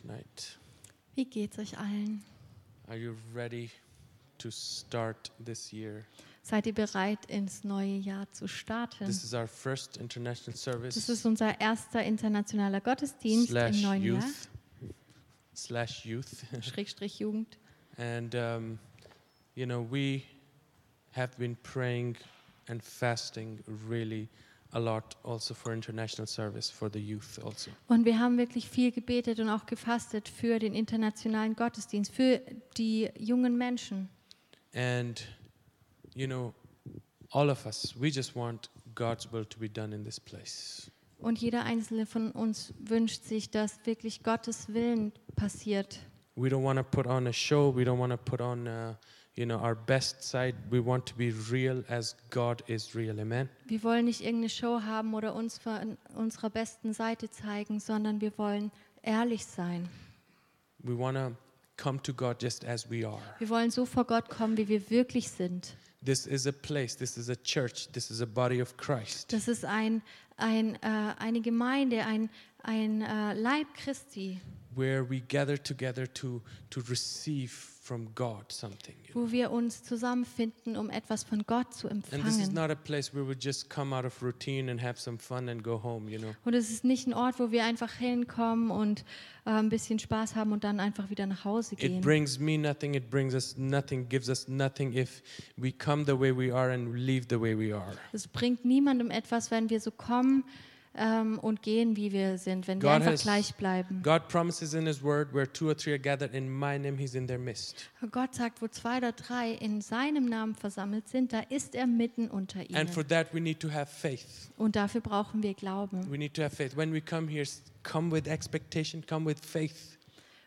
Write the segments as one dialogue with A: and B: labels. A: tonight.
B: Wie geht's euch allen?
A: Are you ready to start this year?
B: Seid ihr bereit, ins neue Jahr zu starten?
A: This is our first international service
B: Das ist unser erster internationaler Gottesdienst im
A: slash
B: neuen
A: youth
B: Jahr,
A: slash youth,
B: Schrägstrich Jugend.
A: and um, you know we have been praying and fasting really a lot also for international service for the youth also.
B: Und wir haben wirklich viel gebetet und auch gefastet für den internationalen Gottesdienst, für die jungen Menschen.
A: And, you know, all of us, we just want God's will to be done in this place.
B: Und jeder einzelne von uns wünscht sich, dass wirklich Gottes Willen passiert.
A: We don't want to put on a show. We don't want to put on, uh, you know, our best side. We want to be real as God is real. Amen.
B: Wir wollen nicht irgendeine Show haben oder uns von unserer besten Seite zeigen, sondern wir wollen ehrlich sein.
A: We want to come to God just as we are.
B: Wir wollen so vor Gott kommen, wie wir wirklich sind.
A: This is a place. This is a church. This is a body of Christ.
B: Das ist ein, ein, äh, eine Gemeinde, ein, ein äh, Leib Christi,
A: Where we gather together to to receive from God something. you know.
B: wo wir uns zusammenfinden, um etwas von Gott zu
A: And this is
B: empfangen.
A: not a place where we just come out of routine and have some fun and go home, you know.
B: Und es ist nicht ein Ort, wo wir einfach hinkommen und äh, ein bisschen Spaß haben und dann einfach wieder nach Hause
A: It
B: gehen.
A: brings me nothing, it brings us nothing, gives us nothing if we come the way we are and leave the way we are.
B: Es bringt niemandem etwas, wenn wir so kommen ähm, und gehen, wie wir sind, wenn wir
A: God
B: einfach
A: has-
B: gleich bleiben.
A: God promises in His Word, where two or three are gathered in my name, He's in their midst.
B: Gott sagt, wo zwei oder drei in seinem Namen versammelt sind, da ist er mitten unter ihnen.
A: And for that, we need to have faith.
B: Und dafür brauchen wir Glauben.
A: We need to have faith. When we come here, s- come with expectation, come with faith.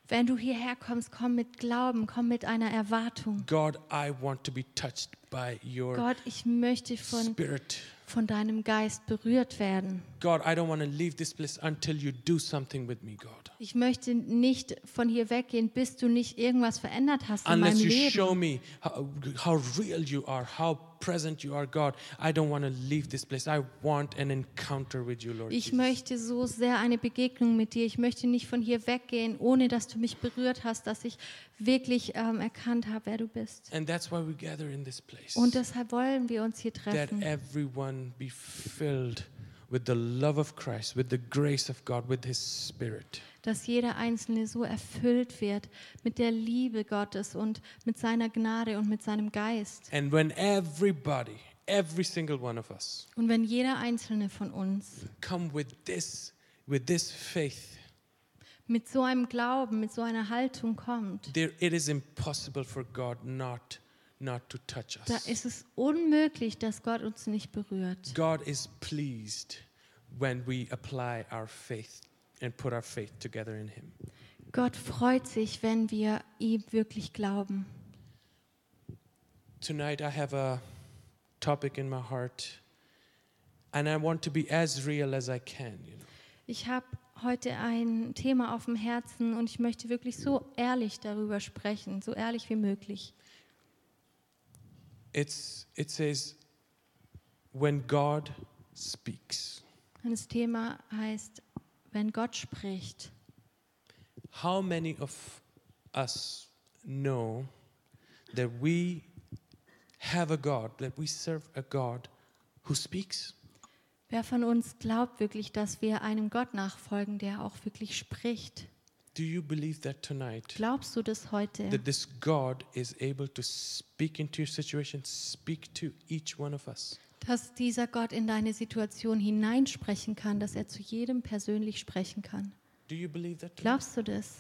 B: Wenn du hierher kommst, komm mit Glauben, komm mit einer Erwartung.
A: God, I want to be touched by your
B: Gott, ich möchte von,
A: spirit.
B: von deinem Geist berührt werden.
A: God, I don't want to leave this place until you do something with me, God.
B: Ich möchte nicht von hier weggehen, bis du nicht irgendwas verändert hast in
A: Unless
B: meinem
A: you
B: Leben.
A: show me how, how real you are, how present you are, God, I don't want to leave this place. I want an encounter with you, Lord.
B: Ich
A: Jesus.
B: möchte so sehr eine Begegnung mit dir. Ich möchte nicht von hier weggehen, ohne dass du mich berührt hast, dass ich wirklich ähm, erkannt habe, wer du bist.
A: And that's why we gather in this place.
B: Und deshalb wollen wir uns hier
A: that
B: treffen.
A: everyone be filled with the love of Christ, with the grace of God, with His Spirit.
B: dass jeder Einzelne so erfüllt wird mit der Liebe Gottes und mit seiner Gnade und mit seinem Geist.
A: And when everybody, every single one of us,
B: Und wenn jeder Einzelne von uns
A: come with this, with this faith,
B: mit so einem Glauben, mit so einer Haltung kommt,
A: there it is impossible for God not, not to touch us.
B: da ist es unmöglich, dass Gott uns nicht berührt.
A: God is pleased when we apply our faith and put our faith together in Him.
B: Gott freut sich, wenn wir ihm wirklich glauben.
A: Tonight, I have a topic in my heart, and I want to be as real as I can. You know,
B: Ich habe heute ein Thema auf dem Herzen und ich möchte wirklich so ehrlich darüber sprechen, so ehrlich wie möglich.
A: it's it says when God speaks.
B: Und das Thema heißt, wenn Gott spricht.
A: How many of us know that we have a God, that we serve a God who speaks?
B: Wer von uns glaubt wirklich, dass wir einem Gott nachfolgen, der auch wirklich spricht?
A: Do you believe that tonight?
B: Glaubst du das heute,
A: that this God is able to speak into your situation, speak to each one of us.
B: dass dieser Gott in deine Situation hineinsprechen kann, dass er zu jedem persönlich sprechen kann?
A: Do you believe that? tonight?
B: Glaubst du das?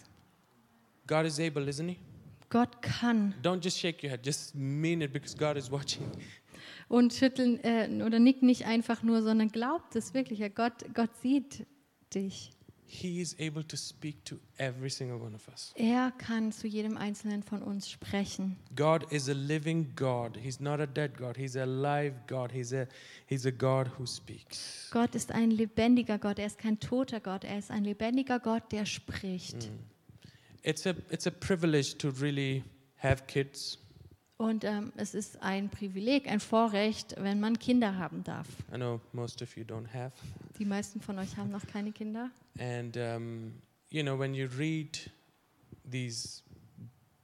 A: God is able, isn't He?
B: Gott kann
A: Don't just shake your head, just mean it because God is watching.
B: und schütteln äh, oder nick nicht einfach nur, sondern glaubt es wirklich. Ja, Gott, Gott sieht dich.
A: He is able to speak to every single one of us.
B: Er kann zu jedem Einzelnen von uns sprechen.
A: God is a living God. He's not a dead God. He's a live God. He's a, he's a God who speaks.
B: Gott ist ein lebendiger Gott. Er ist kein toter Gott. Er ist ein lebendiger Gott, der spricht.
A: It's a, it's a privilege to really have kids.
B: Und ähm, es ist ein Privileg, ein Vorrecht, wenn man Kinder haben darf.
A: I know most of you don't have.
B: Die meisten von euch haben noch keine Kinder.
A: And, um, you know, when you read these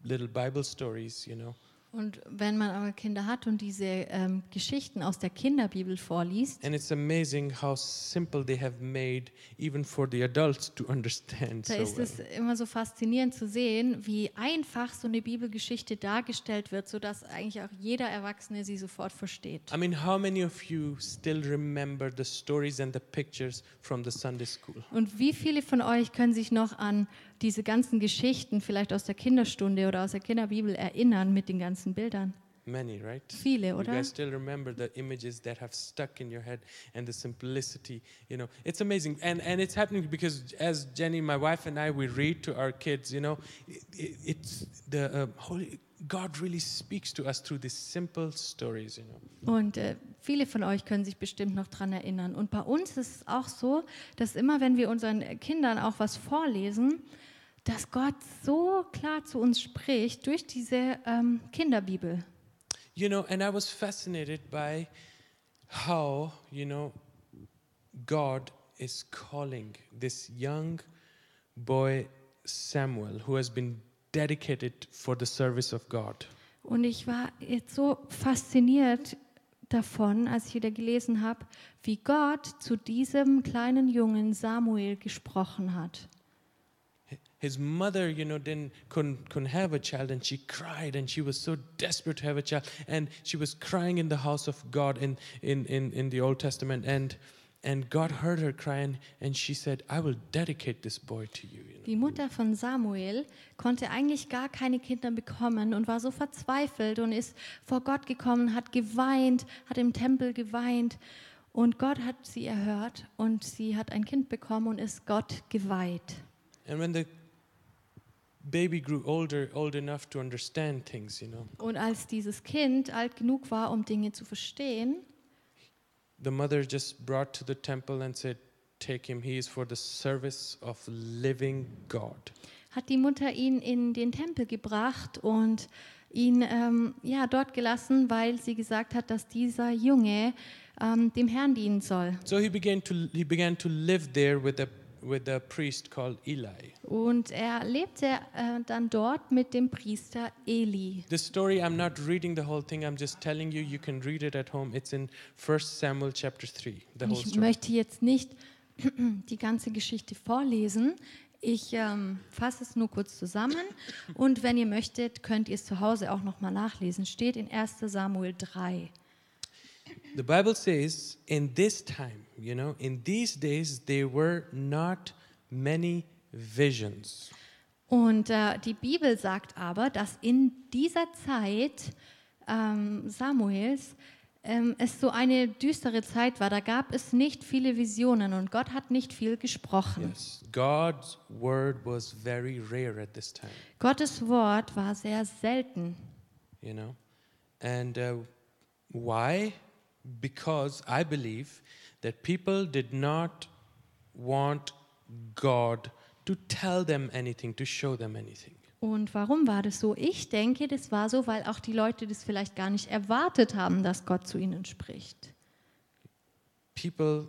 A: little Bible stories, you know,
B: Und wenn man aber Kinder hat und diese ähm, Geschichten aus der Kinderbibel vorliest,
A: and it's amazing how simple they have made even for the adults to understand.
B: da
A: so
B: ist
A: well.
B: es immer so faszinierend zu sehen, wie einfach so eine Bibelgeschichte dargestellt wird, sodass eigentlich auch jeder Erwachsene sie sofort versteht.
A: I mean, how many of you still remember the stories and the pictures from the Sunday school?
B: Und wie viele von euch können sich noch an diese ganzen Geschichten vielleicht aus der Kinderstunde oder aus der Kinderbibel erinnern mit den ganzen Bildern?
A: Many, right?
B: Viele,
A: You
B: oder?
A: guys still remember the images that have stuck in your head and the simplicity. You know, it's amazing, and and it's happening because as Jenny, my wife, and I, we read to our kids. You know, it, it, it's the uh, Holy God really speaks to us through these simple stories. You know,
B: Und äh, viele von euch können sich bestimmt noch dran erinnern. Und bei uns ist es auch so, dass immer, wenn wir unseren Kindern auch was vorlesen, dass Gott so klar zu uns spricht durch diese ähm, Kinderbibel.
A: you know, and I was fascinated by how you know God is calling this young boy Samuel, who has been dedicated for the service of God.
B: Und ich war jetzt so fasziniert davon, als ich wieder gelesen habe, wie Gott zu diesem kleinen Jungen Samuel gesprochen hat.
A: his mother you know didn't couldn't, couldn't have a child and she cried and she was so desperate to have a child and she was crying in the house of god in in in, in the old testament and and god heard her crying and she said i will dedicate this boy to you, you know?
B: Die Mutter von Samuel konnte eigentlich gar keine Kinder bekommen und war so verzweifelt und ist vor Gott gekommen, hat geweint, hat im Tempel geweint. Und Gott hat sie erhört und sie hat ein Kind bekommen und ist Gott geweiht.
A: and when the baby grew older old enough to understand things you know
B: Und als dieses Kind alt genug war, um Dinge zu verstehen,
A: the mother just brought to the temple and said take him he is for the service of living god
B: hat die Mutter ihn in den Tempel gebracht und ihn ähm, ja, dort gelassen, weil sie gesagt hat, dass dieser Junge ähm, dem Herrn dienen soll.
A: So he began to he began to live there with a with a priest called Eli.
B: Und er lebte äh, dann dort mit dem Priester Eli.
A: This story I'm not reading the whole thing. I'm just telling you you can read it at home. It's in 1 Samuel chapter 3, the
B: Und
A: whole
B: ich
A: story.
B: möchte jetzt nicht die ganze Geschichte vorlesen. Ich ähm, fasse es nur kurz zusammen und wenn ihr möchtet, könnt ihr es zu Hause auch nochmal nachlesen. Steht in 1 Samuel 3.
A: The Bible says in this time, you know, in these days there were not many visions.
B: Und äh, die Bibel sagt aber, dass in dieser Zeit ähm, Samuels ähm, es so eine düstere Zeit war. Da gab es nicht viele Visionen und Gott hat nicht viel gesprochen.
A: Yes. God's word was very rare at this time,
B: Gottes Wort war sehr selten.
A: you know. And uh, why? Because I believe that people did not want God to tell them anything, to show them anything.
B: Und warum war das so? Ich denke, das war so, weil auch die Leute das vielleicht gar nicht erwartet haben, dass Gott zu ihnen spricht.
A: People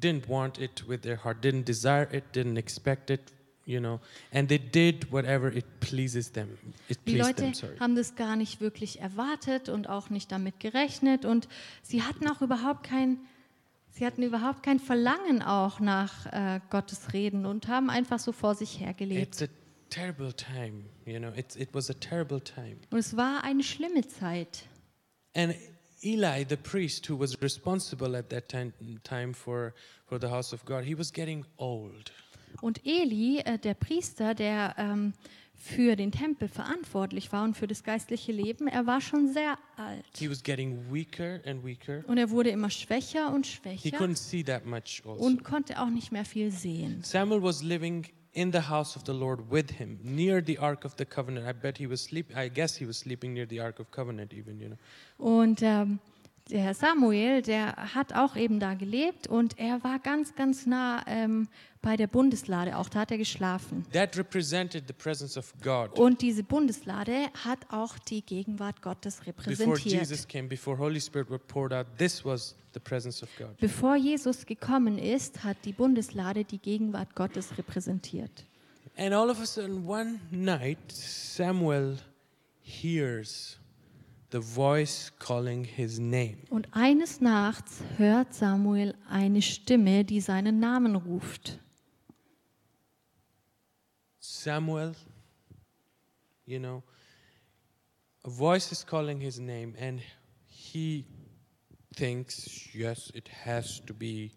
A: didn't want it with their heart, didn't desire it, didn't expect it, you know, and they did whatever it pleases them. It
B: Die
A: pleased
B: Leute
A: them, sorry.
B: haben das gar nicht wirklich erwartet und auch nicht damit gerechnet und sie hatten auch überhaupt kein, sie hatten überhaupt kein Verlangen auch nach äh, Gottes Reden und haben einfach so vor sich hergelebt.
A: It's a terrible time, you know, it's, it was a terrible time.
B: Und es war eine schlimme Zeit.
A: And Eli, the priest who was responsible at that time, time for, for the house of God, he was getting old.
B: Und Eli, äh, der Priester, der ähm, für den Tempel verantwortlich war und für das geistliche Leben, er war schon sehr alt.
A: He was getting weaker and weaker.
B: Und er wurde immer schwächer und
A: He
B: schwächer
A: couldn't see that much also.
B: und konnte auch nicht mehr viel sehen.
A: Samuel was living in the house of the Lord with him, near the Ark of the Covenant. I bet he was sleep. I guess he was sleeping near the Ark of Covenant, even you know.
B: Und ähm, der Samuel, der hat auch eben da gelebt und er war ganz, ganz nah ähm, bei der Bundeslade. Auch da hat er geschlafen.
A: That represented the presence of God
B: Und diese Bundeslade hat auch die Gegenwart Gottes
A: before
B: repräsentiert.
A: Jesus came, before Holy Spirit were poured out. This was the presence of God.
B: Bevor Jesus gekommen ist, hat die Bundeslade die Gegenwart Gottes repräsentiert.
A: And all of a sudden, one night, Samuel hears the voice calling his name.
B: Und eines Nachts hört Samuel eine Stimme, die seinen Namen ruft.
A: Samuel, you know, a voice is calling his name, and he thinks, yes, it has to be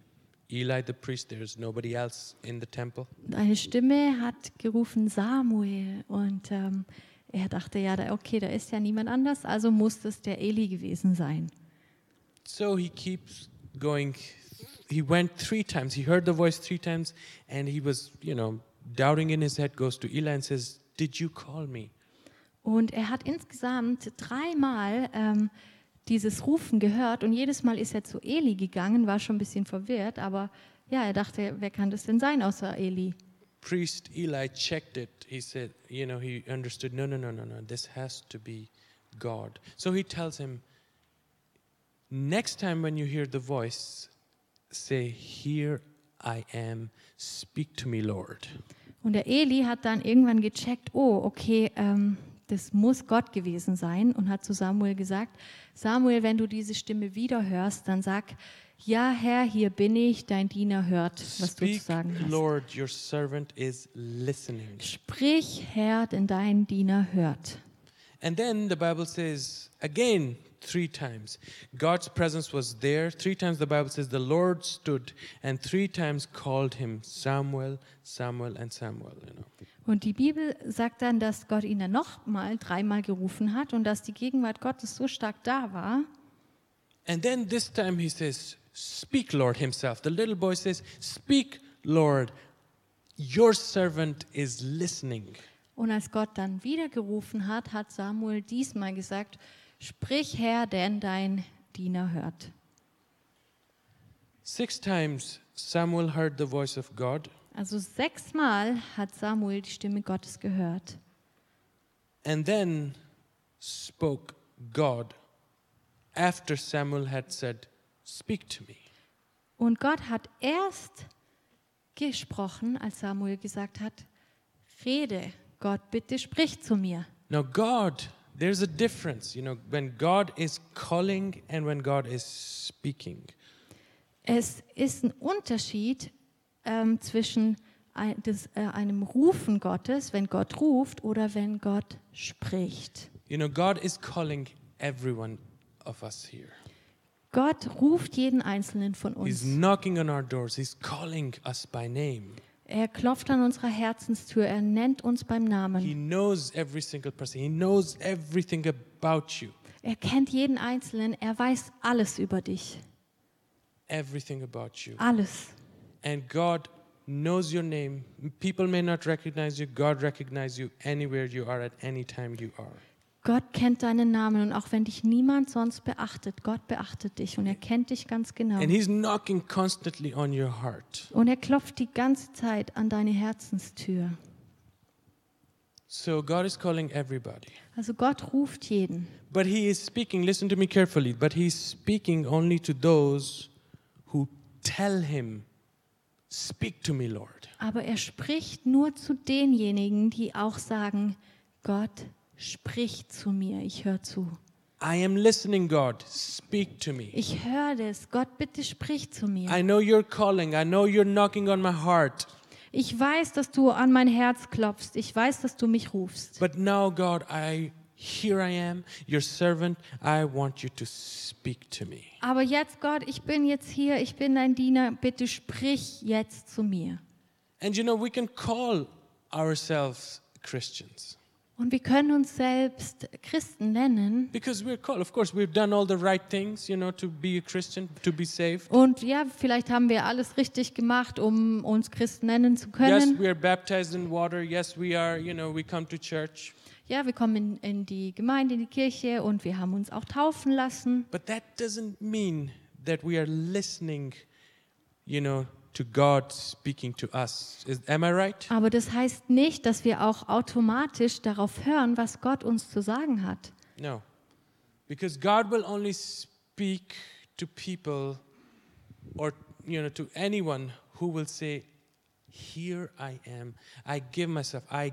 A: Eli the priest. There's nobody else in the temple.
B: Und eine Stimme hat gerufen Samuel und ähm, er dachte, ja, da, okay, da ist ja niemand anders, also muss es der Eli gewesen sein.
A: So he keeps going. He went three times. He heard the voice three times, and he was, you know, doubting in his head, goes to Eli and says, Did you call me?
B: Und er hat insgesamt dreimal ähm, dieses Rufen gehört und jedes Mal ist er zu Eli gegangen, war schon ein bisschen verwirrt, aber ja, er dachte, wer kann das denn sein außer Eli?
A: Priest Eli checked it. He said, You know, he understood, no, no, no, no, no, this has to be God. So he tells him, Next time when you hear the voice, say, Here I am, speak to me, Lord.
B: Und der Eli hat dann irgendwann gecheckt, oh, okay, ähm, das muss Gott gewesen sein und hat zu Samuel gesagt, Samuel, wenn du diese Stimme wieder hörst, dann sag, ja Herr, hier bin ich, dein Diener hört, was du zu
A: Speak,
B: sagen hast.
A: Lord, your servant is listening.
B: Sprich, Herr, denn dein Diener hört.
A: And then the Bible says again three times God's presence was there. Three times the Bible says the Lord stood and three times called him Samuel, Samuel, and Samuel. You know.
B: Und die Bibel sagt dann, dass Gott ihn dann nochmal dreimal gerufen hat und dass die Gegenwart Gottes so stark da war.
A: And then this time he says, Speak, Lord, himself. The little boy says, Speak, Lord, your servant is listening.
B: Und als Gott dann wieder gerufen hat, hat Samuel diesmal gesagt, sprich Herr, denn dein Diener hört.
A: Six times Samuel heard the voice of God,
B: Also sechsmal hat Samuel die Stimme Gottes gehört.
A: And then spoke God after Samuel had said, Speak to me.
B: Und Gott hat erst gesprochen, als Samuel gesagt hat, rede, Gott, bitte sprich zu mir.
A: Now, God, there's a difference, you know, when God is calling and when God is speaking.
B: Es ist ein Unterschied ähm, zwischen ein, des, äh, einem Rufen Gottes, wenn Gott ruft, oder wenn Gott spricht.
A: You know, God is calling everyone of us here.
B: Gott ruft jeden Einzelnen von
A: He's
B: uns.
A: knocking on our doors, He's calling us by name.
B: Er klopft an unserer Herzenstür, er nennt uns beim
A: He
B: Namen.
A: knows every single person, He knows everything about you.
B: Er kennt jeden Einzelnen, er weiß alles über dich.
A: Everything about you.
B: Alles.
A: and God knows your name. People may not recognize you, God recognizes you anywhere you are at any time you are.
B: Gott kennt deinen Namen und auch wenn dich niemand sonst beachtet, Gott beachtet dich und er kennt dich ganz genau.
A: And he's knocking constantly on your heart.
B: Und er klopft die ganze Zeit an deine Herzenstür.
A: So God is calling everybody.
B: Also Gott ruft jeden.
A: But he is speaking, listen to me carefully, but he's speaking only to those who tell him, Speak to me, Lord.
B: Aber er spricht nur zu denjenigen, die auch sagen, Gott spricht zu mir, ich höre zu.
A: I am listening, God. Speak to me.
B: Ich höre das, Gott bitte sprich zu mir.
A: I know you're calling. I know you're knocking on my heart.
B: Ich weiß, dass du an mein Herz klopfst, ich weiß, dass du mich rufst.
A: But now, God, I here I am, your servant. I want you to speak to me.
B: Aber jetzt, Gott, ich bin jetzt hier, ich bin dein Diener, bitte sprich jetzt zu mir.
A: And you know, we can call ourselves Christians.
B: Und wir können uns selbst Christen nennen.
A: Because we're called, of course, we've done all the right things, you know, to be a Christian, to be saved.
B: Und ja, vielleicht haben wir alles richtig gemacht, um uns Christen nennen zu
A: Yes,
B: können.
A: we are baptized in water. Yes, we are, you know, we come to church.
B: Ja, wir kommen in, in die Gemeinde, in die Kirche und wir haben uns auch taufen lassen.
A: But that doesn't mean that we are listening, you know, to God speaking to us. Is, am I right?
B: Aber das heißt nicht, dass wir auch automatisch darauf hören, was Gott uns zu sagen hat.
A: No. Because God will only speak to people or you know to anyone who will say here I am. I give myself. I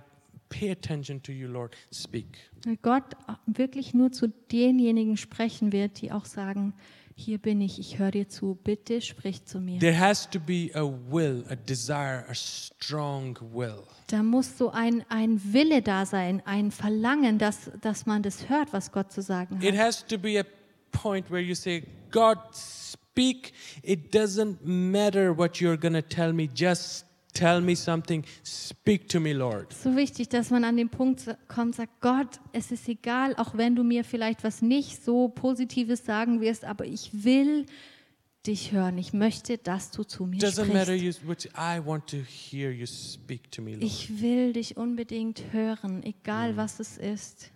A: pay attention to you, Lord. Speak.
B: Weil Gott wirklich nur zu denjenigen sprechen wird, die auch sagen, hier bin ich, ich höre dir zu, bitte sprich zu mir.
A: There has to be a will, a desire, a strong will.
B: Da muss so ein, ein Wille da sein, ein Verlangen, dass, dass man das hört, was Gott zu sagen
A: It
B: hat.
A: has to be a point where you say, God, speak. It doesn't matter what you're going to tell me. Just tell me something. Speak to me, Lord.
B: So wichtig, dass man an den Punkt sa- kommt, sagt Gott, es ist egal, auch wenn du mir vielleicht was nicht so Positives sagen wirst, aber ich will dich hören. Ich möchte, dass du zu mir
A: Doesn't matter
B: sprichst.
A: you, which I want to hear you speak to me, Lord.
B: Ich will dich unbedingt hören,
A: Mm.
B: egal was es ist.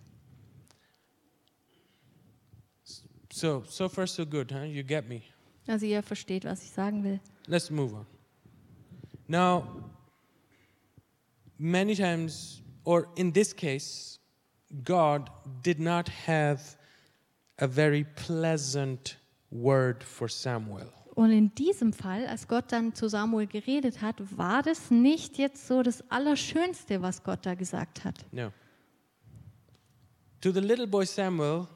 A: So, so far so good, huh? You get me.
B: Also ihr versteht, was ich sagen will.
A: Let's move on. Now, many times, or in this case, God did not have a very pleasant word for Samuel.
B: Und in diesem Fall, als Gott dann zu Samuel geredet hat, war das nicht jetzt so das Allerschönste, was Gott da gesagt hat.
A: No. To the little boy Samuel,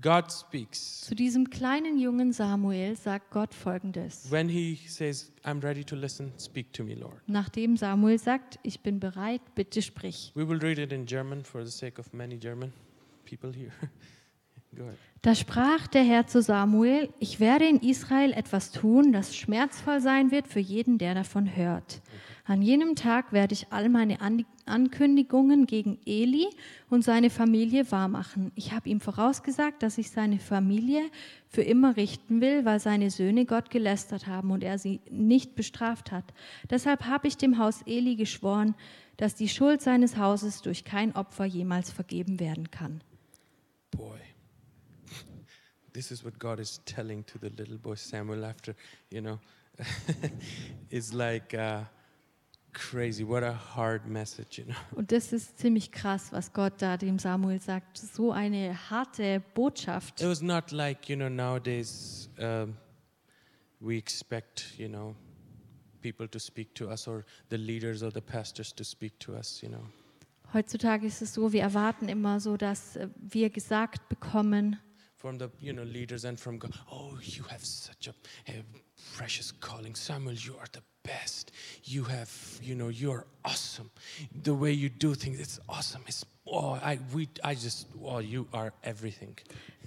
A: God speaks
B: Zu diesem kleinen jungen Samuel sagt Gott folgendes.
A: when he says, I'm ready to listen, speak to me, Lord.
B: Nachdem Samuel sagt, ich bin bereit, bitte sprich.
A: We will read it in German for the sake of many German people here. Go ahead.
B: Da sprach der Herr zu Samuel, ich werde in Israel etwas tun, das schmerzvoll sein wird für jeden, der davon hört. An jenem Tag werde ich all meine An Ankündigungen gegen Eli und seine Familie wahrmachen. Ich habe ihm vorausgesagt, dass ich seine Familie für immer richten will, weil seine Söhne Gott gelästert haben und er sie nicht bestraft hat. Deshalb habe ich dem Haus Eli geschworen, dass die Schuld seines Hauses durch kein Opfer jemals vergeben werden kann.
A: Boy, this is what God is telling to the little boy Samuel after, you know, it's like uh, crazy. What a hard message, you know.
B: Und das ist ziemlich krass, was Gott da dem Samuel sagt. So eine harte Botschaft.
A: It was not like, you know, nowadays um, we expect, you know, people to speak to us or the leaders or the pastors to speak to us, you know.
B: Heutzutage ist es so, wir erwarten immer so, dass äh, wir gesagt bekommen,
A: from the you know leaders and from God. Oh, you have such a, a precious calling, Samuel. You are the best. You have you know you are awesome. The way you do things, it's awesome. It's oh I we I just oh you are everything.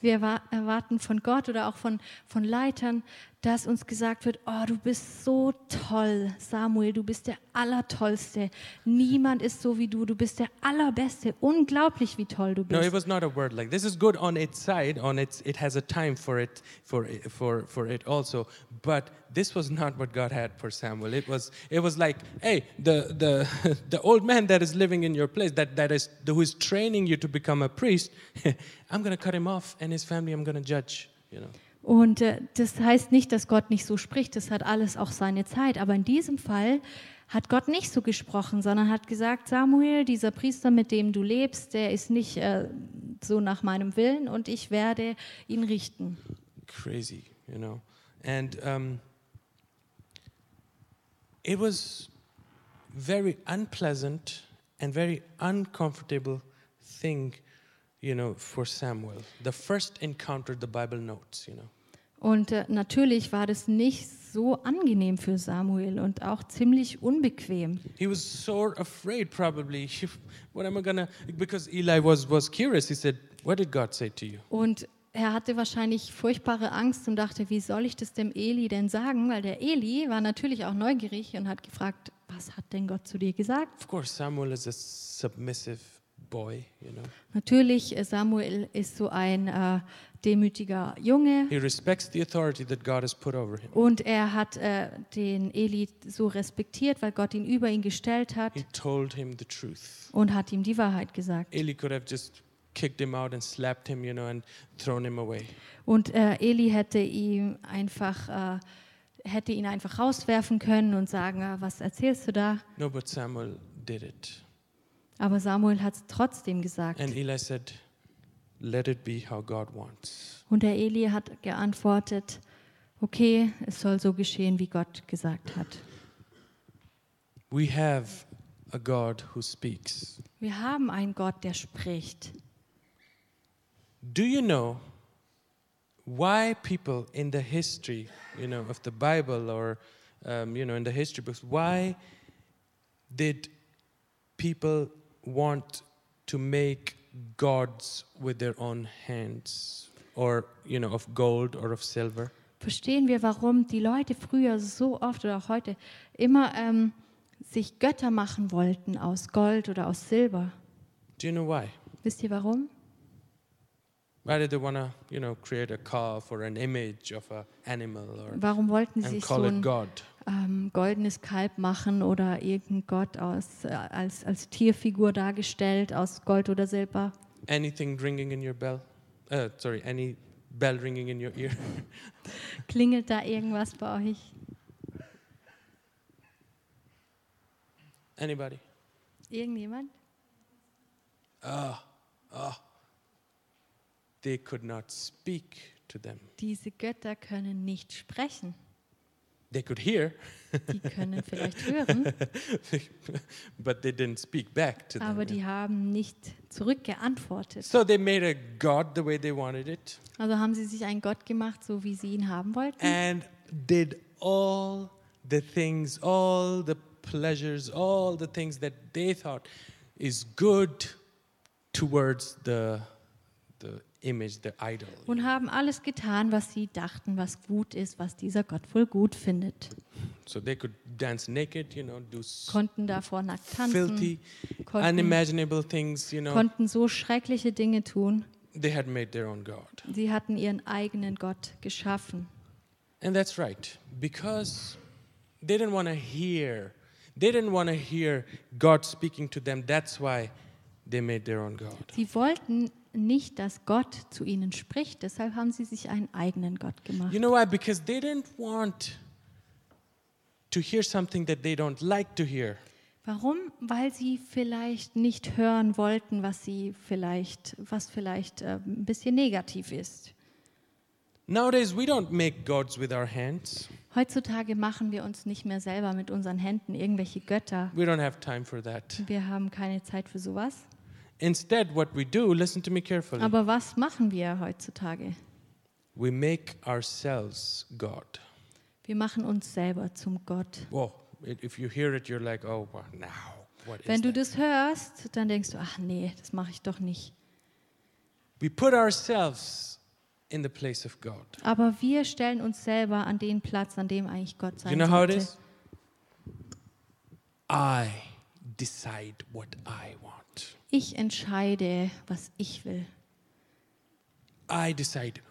B: wir erwa- erwarten von Gott oder auch von, von Leitern, dass uns gesagt wird, oh, du bist so toll, Samuel, du bist der Allertollste. Niemand ist so wie du, du bist der Allerbeste. Unglaublich, wie toll du
A: No, it
B: bist.
A: was not a word like this. Is good on its side. On its it has a time for it for it- for for it also. But this was not what God had for Samuel. It was it was like hey the the the old man that is living in your place that that is who is training you to become a priest. I'm gonna cut him off and his family. I'm gonna judge. You know.
B: Und äh, das heißt nicht, dass Gott nicht so spricht, das hat alles auch seine Zeit. Aber in diesem Fall hat Gott nicht so gesprochen, sondern hat gesagt, Samuel, dieser Priester, mit dem du lebst, der ist nicht äh, so nach meinem Willen und ich werde ihn richten.
A: crazy, you know. And um, it was very unpleasant and very uncomfortable thing, you know, for Samuel. The first encounter the Bible notes, you know.
B: Und äh, natürlich war das nicht so angenehm für Samuel und auch ziemlich unbequem.
A: He was so afraid probably. what am I gonna because Eli was was curious. He said, What did God say to you?
B: Und er hatte wahrscheinlich furchtbare Angst und dachte, wie soll ich das dem Eli denn sagen? Weil der Eli war natürlich auch neugierig und hat gefragt, was hat denn Gott zu dir gesagt?
A: Of course Samuel is a submissive boy, you know.
B: Natürlich, äh, Samuel ist so ein äh, demütiger Junge
A: He respects the authority that God has put over him.
B: und er hat äh, den Eli so respektiert, weil Gott ihn über ihn gestellt hat
A: He told him the truth.
B: und hat ihm die Wahrheit gesagt.
A: Eli could have just kicked him out and slapped him, you know, and thrown him away.
B: Und äh, Eli hätte ihm einfach äh, hätte ihn einfach rauswerfen können und sagen, "Ah, was erzählst du da?
A: No, but Samuel did it.
B: Aber Samuel hat es trotzdem gesagt.
A: And Eli said, Let it be how God wants.
B: Und der Eli hat geantwortet, okay, es soll so geschehen, wie Gott gesagt hat.
A: We have a God who speaks.
B: Wir haben einen Gott, der spricht.
A: Do you know why people in the history, you know, of the Bible or, um, you know, in the history books, why did people want to make gods with their own hands or, you know, of gold or of silver?
B: Verstehen wir, warum die Leute früher so oft oder auch heute immer ähm, sich Götter machen wollten aus Gold oder aus Silber?
A: Do you know why?
B: Wisst ihr warum?
A: Why did they want to, you know, create a calf or an image of an animal or
B: Warum wollten sie
A: and
B: sich so
A: call it
B: ein
A: God?
B: ähm, goldenes Kalb machen oder irgendein Gott aus, äh, als, als Tierfigur dargestellt aus Gold oder Silber?
A: Anything ringing in your bell? Uh, sorry, any bell ringing in your ear?
B: Klingelt da irgendwas bei euch?
A: Anybody?
B: Irgendjemand?
A: they could not speak to them.
B: Diese Götter können nicht sprechen.
A: They could hear,
B: Die können vielleicht hören,
A: but they didn't speak back to
B: aber
A: them.
B: die haben nicht zurückgeantwortet.
A: So they made a god the way they wanted it
B: Also haben sie sich einen Gott gemacht, so wie sie ihn haben wollten.
A: and did all the things, all the pleasures, all the things that they thought is good towards the the image, the idol.
B: Und haben alles getan, was sie dachten, was gut ist, was dieser Gott wohl gut findet.
A: So they could dance naked, you know, do s-
B: Konnten davor nackt tanzen,
A: filthy,
B: konnten,
A: unimaginable things, you know.
B: konnten so schreckliche Dinge tun.
A: They had made their own god.
B: Sie hatten ihren eigenen Gott geschaffen.
A: And that's right, because they didn't want to hear. They didn't want to hear God speaking to them. That's why they made their own God.
B: Sie wollten nicht, dass Gott zu ihnen spricht, deshalb haben sie sich einen eigenen Gott gemacht.
A: You know why? Because they didn't want to hear something that they don't like to hear.
B: Warum? Weil sie vielleicht nicht hören wollten, was sie vielleicht, was vielleicht äh, ein bisschen negativ ist.
A: Nowadays, we don't make gods with our hands.
B: Heutzutage machen wir uns nicht mehr selber mit unseren Händen irgendwelche Götter.
A: We don't have time for that.
B: Wir haben keine Zeit für sowas.
A: Instead, what we do, listen to me carefully,
B: Aber was machen wir heutzutage?
A: we make ourselves God.
B: Wir machen uns selber zum Gott.
A: Whoa, i- if you hear it, you're like, oh, wow, now, what is
B: Wenn du
A: that?
B: das hörst, dann denkst du, ach nee, das mache ich doch nicht.
A: We put ourselves in the place of God.
B: Aber wir stellen uns selber an den Platz, an dem eigentlich Gott sein
A: you know how it
B: sollte.
A: is? I decide what I want.
B: Ich entscheide, was ich will.
A: I decide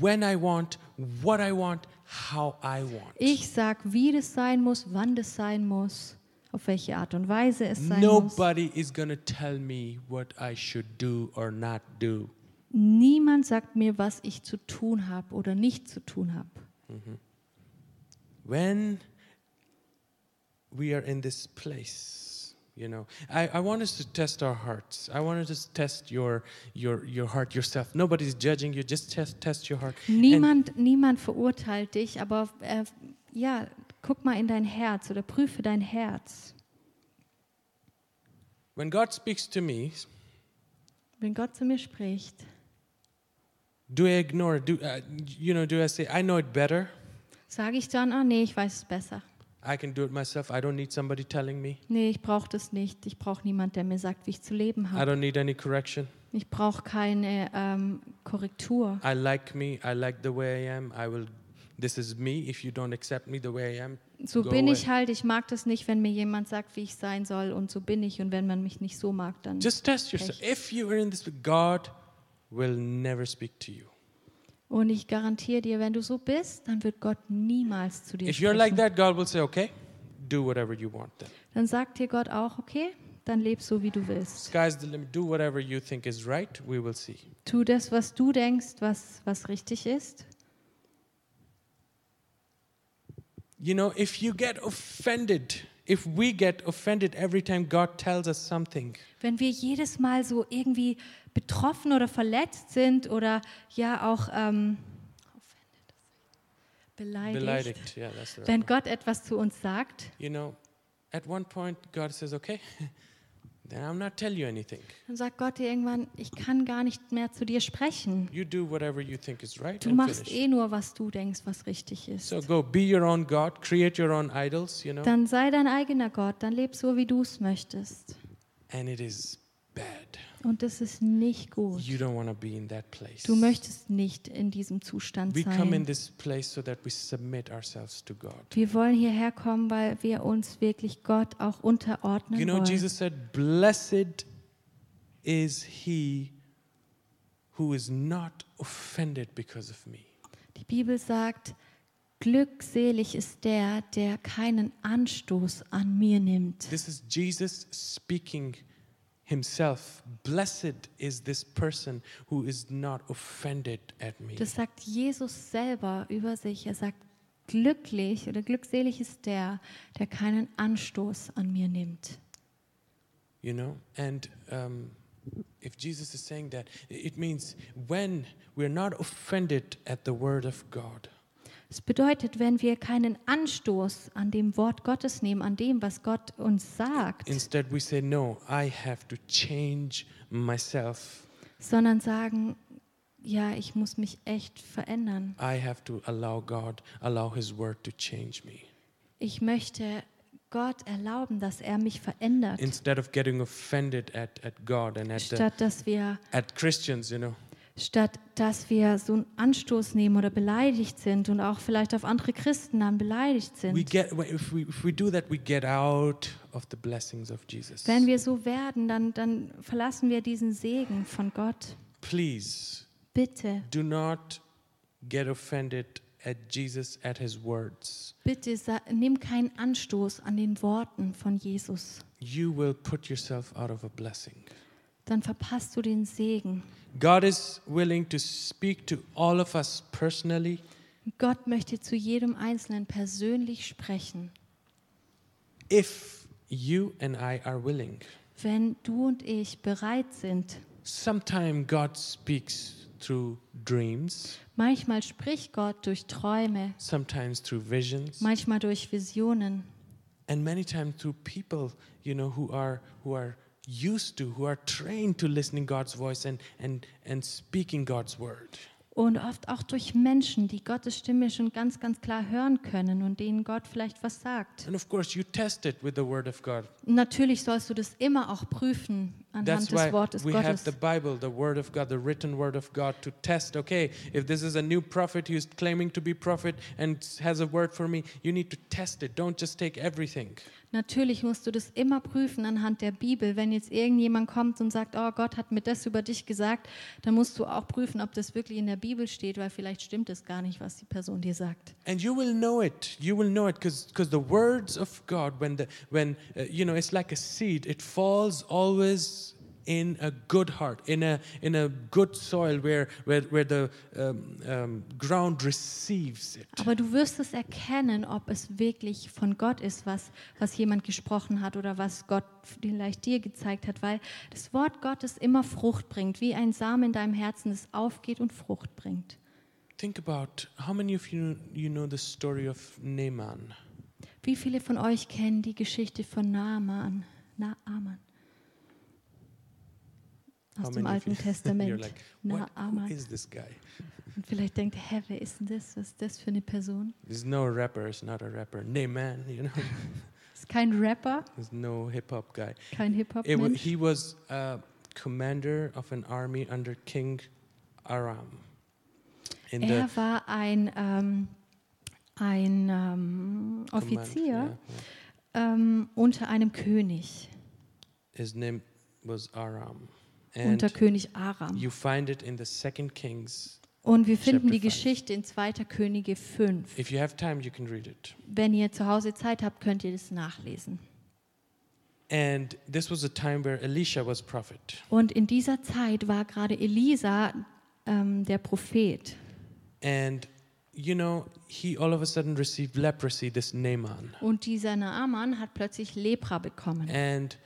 A: when I want, what I want, how I want.
B: Ich sag, wie das sein muss, wann das sein muss, auf welche Art und Weise es sein muss.
A: Nobody is going to tell me what I should do or not do.
B: Niemand sagt mir, was ich zu tun habe oder nicht zu tun habe.
A: When we are in this place, you know, I, I want us to test our hearts. I want us to test your, your, your heart yourself. Nobody's judging you. Just test, test your heart. And
B: Niemand, niemand verurteilt dich, aber äh, ja, guck mal in dein Herz oder prüfe dein Herz.
A: When God speaks to me,
B: Wenn Gott zu mir spricht,
A: do I ignore it? Do uh, you know? Do I say I know it better?
B: sage ich dann, ah nee, ich weiß es besser.
A: I can do it myself. I don't need somebody telling me.
B: Nee, ich brauche das nicht. Ich brauche niemand, der mir sagt, wie ich zu leben
A: I
B: habe.
A: don't need any correction.
B: Ich brauche keine ähm, Korrektur.
A: I like me. I like the way I am. I will This is me. If you don't accept me the way I am,
B: So
A: go
B: bin
A: away.
B: ich halt. Ich mag das nicht, wenn mir jemand sagt, wie ich sein soll. Und so bin ich. Und wenn man mich nicht so mag, dann.
A: Just test yourself. If you are in this, God will never speak to you.
B: Und ich garantiere dir, wenn du so bist, dann wird Gott niemals zu dir
A: If you're like
B: sprechen.
A: that, God will say, okay, do whatever you want then.
B: Dann sagt dir Gott auch, okay, dann leb so, wie du willst.
A: Sky's the limit. Do whatever you think is right. We will see.
B: Tu das, was du denkst, was, was richtig ist.
A: You know, if you get offended, if we get offended every time God tells us something,
B: Wenn wir jedes Mal so irgendwie betroffen oder verletzt sind oder ja auch ähm, beleidigt,
A: beleidigt. Yeah, that's the right.
B: wenn
A: word.
B: Gott etwas zu uns sagt,
A: You know, at one point, God says, okay, then I'm not tell you anything.
B: dann sagt Gott dir irgendwann, ich kann gar nicht mehr zu dir sprechen.
A: You do whatever you think is right
B: Du
A: and
B: machst
A: finish.
B: eh nur, was du denkst, was richtig ist.
A: So go be your own God, create your own idols, you know.
B: Dann sei dein eigener Gott, dann leb so, wie du es möchtest.
A: and it is bad.
B: Und das ist nicht gut.
A: You don't want to be in that place.
B: Du möchtest nicht in diesem Zustand
A: We come in
B: sein.
A: this place so that we submit ourselves to God.
B: Wir wollen hierher kommen, weil wir uns wirklich Gott auch unterordnen
A: You know,
B: wollen.
A: Genau, Jesus said, Blessed is he who is not offended because of me.
B: Die Bibel sagt, glückselig ist der, der keinen Anstoß an mir nimmt.
A: This is Jesus speaking himself. Blessed is this person who is not offended at me.
B: Das sagt Jesus selber über sich. Er sagt, glücklich oder glückselig ist der, der keinen Anstoß an mir nimmt.
A: You know, and um, if Jesus is saying that, it means when we're not offended at the word of God,
B: Es bedeutet, wenn wir keinen Anstoß an dem Wort Gottes nehmen, an dem, was Gott uns sagt,
A: instead we say, No, I have to change myself.
B: sondern sagen, ja, ich muss mich echt verändern.
A: I have to allow God, allow His word to change me.
B: Ich möchte Gott erlauben, dass er mich verändert,
A: Instead of getting offended at, at God and at, the,
B: statt dass wir
A: at Christians, you know.
B: statt dass wir so einen Anstoß nehmen oder beleidigt sind und auch vielleicht auf andere Christen dann beleidigt
A: We
B: sind.
A: get, if, we, if we do that, we get out of the blessings of Jesus.
B: Wenn wir so werden, dann, dann verlassen wir diesen Segen von Gott.
A: Please
B: Bitte,
A: do not get offended at Jesus, at His words.
B: bitte sa- nimm keinen Anstoß an den Worten von Jesus.
A: You will put yourself out of a blessing.
B: Dann verpasst du den Segen.
A: God is willing to speak to all of us personally.
B: Gott möchte zu jedem Einzelnen persönlich sprechen,
A: If you and I are willing,
B: wenn du und ich bereit sind.
A: sometimes God speaks through dreams,
B: Manchmal spricht Gott durch Träume,
A: sometimes through visions,
B: manchmal durch Visionen.
A: and many times through people, you know, who are who are used to, who are trained to listening God's voice and and and speaking God's word.
B: Und oft auch durch Menschen, die Gottes Stimme schon ganz, ganz klar hören können und denen Gott vielleicht was sagt.
A: And of course, you test it with the word of God.
B: Natürlich sollst du das immer auch prüfen anhand
A: That's
B: des
A: why
B: Wortes
A: we have
B: Gottes.
A: the Bible, the Word of God, the written Word of God to test. Okay, if this is a new prophet who's claiming to be prophet and has a word for me, you need to test it. Don't just take everything.
B: Natürlich musst du das immer prüfen anhand der Bibel. Wenn jetzt irgendjemand kommt und sagt, oh Gott hat mir das über dich gesagt, dann musst du auch prüfen, ob das wirklich in der Bibel steht, weil vielleicht stimmt es gar nicht, was die Person dir sagt.
A: And you will know it. You will know it because the words of God, when the when uh, you know, it's like a seed. It falls always in a good heart, in a in a good soil where where where the um, um, ground receives it.
B: Aber du wirst es erkennen, ob es wirklich von Gott ist, was, was jemand gesprochen hat oder was Gott vielleicht dir gezeigt hat, weil das Wort Gottes immer Frucht bringt, wie ein Samen in deinem Herzen, das aufgeht und Frucht bringt.
A: Think about how many of you you know the story of Naaman.
B: Wie viele von euch kennen die Geschichte von Naaman? Naaman.
A: How
B: Aus dem
A: many of
B: Alten
A: you-
B: Testament.
A: You're like, what, who
B: Naaman.
A: is this guy?
B: Und vielleicht denkt ihr, hä, wer ist denn das? Was ist das für eine person?
A: There's no rapper. It's not a rapper. Naaman, you know.
B: Ist kein Rapper,
A: There's no hip hop guy.
B: kein
A: It wa-
B: Hip-Hop-Mensch.
A: he was a commander of an army under King Aram. In the
B: Er war ein ähm, ein ähm,
A: command,
B: Offizier
A: yeah, yeah.
B: ähm, unter einem König,
A: His name was Aram. And
B: unter König Aram.
A: you find it in the second Kings.
B: Und wir finden die
A: Chapter five.
B: Geschichte in 2. Könige 5.
A: If you have time, you can read it.
B: Wenn ihr zu Hause Zeit habt, könnt ihr das nachlesen.
A: And this was a time where Elisha was prophet.
B: Und in dieser Zeit war gerade Elisa ähm, der Prophet.
A: And you know, he all of a sudden received leprosy, this Naaman.
B: Und dieser Naaman hat plötzlich Lepra bekommen.
A: And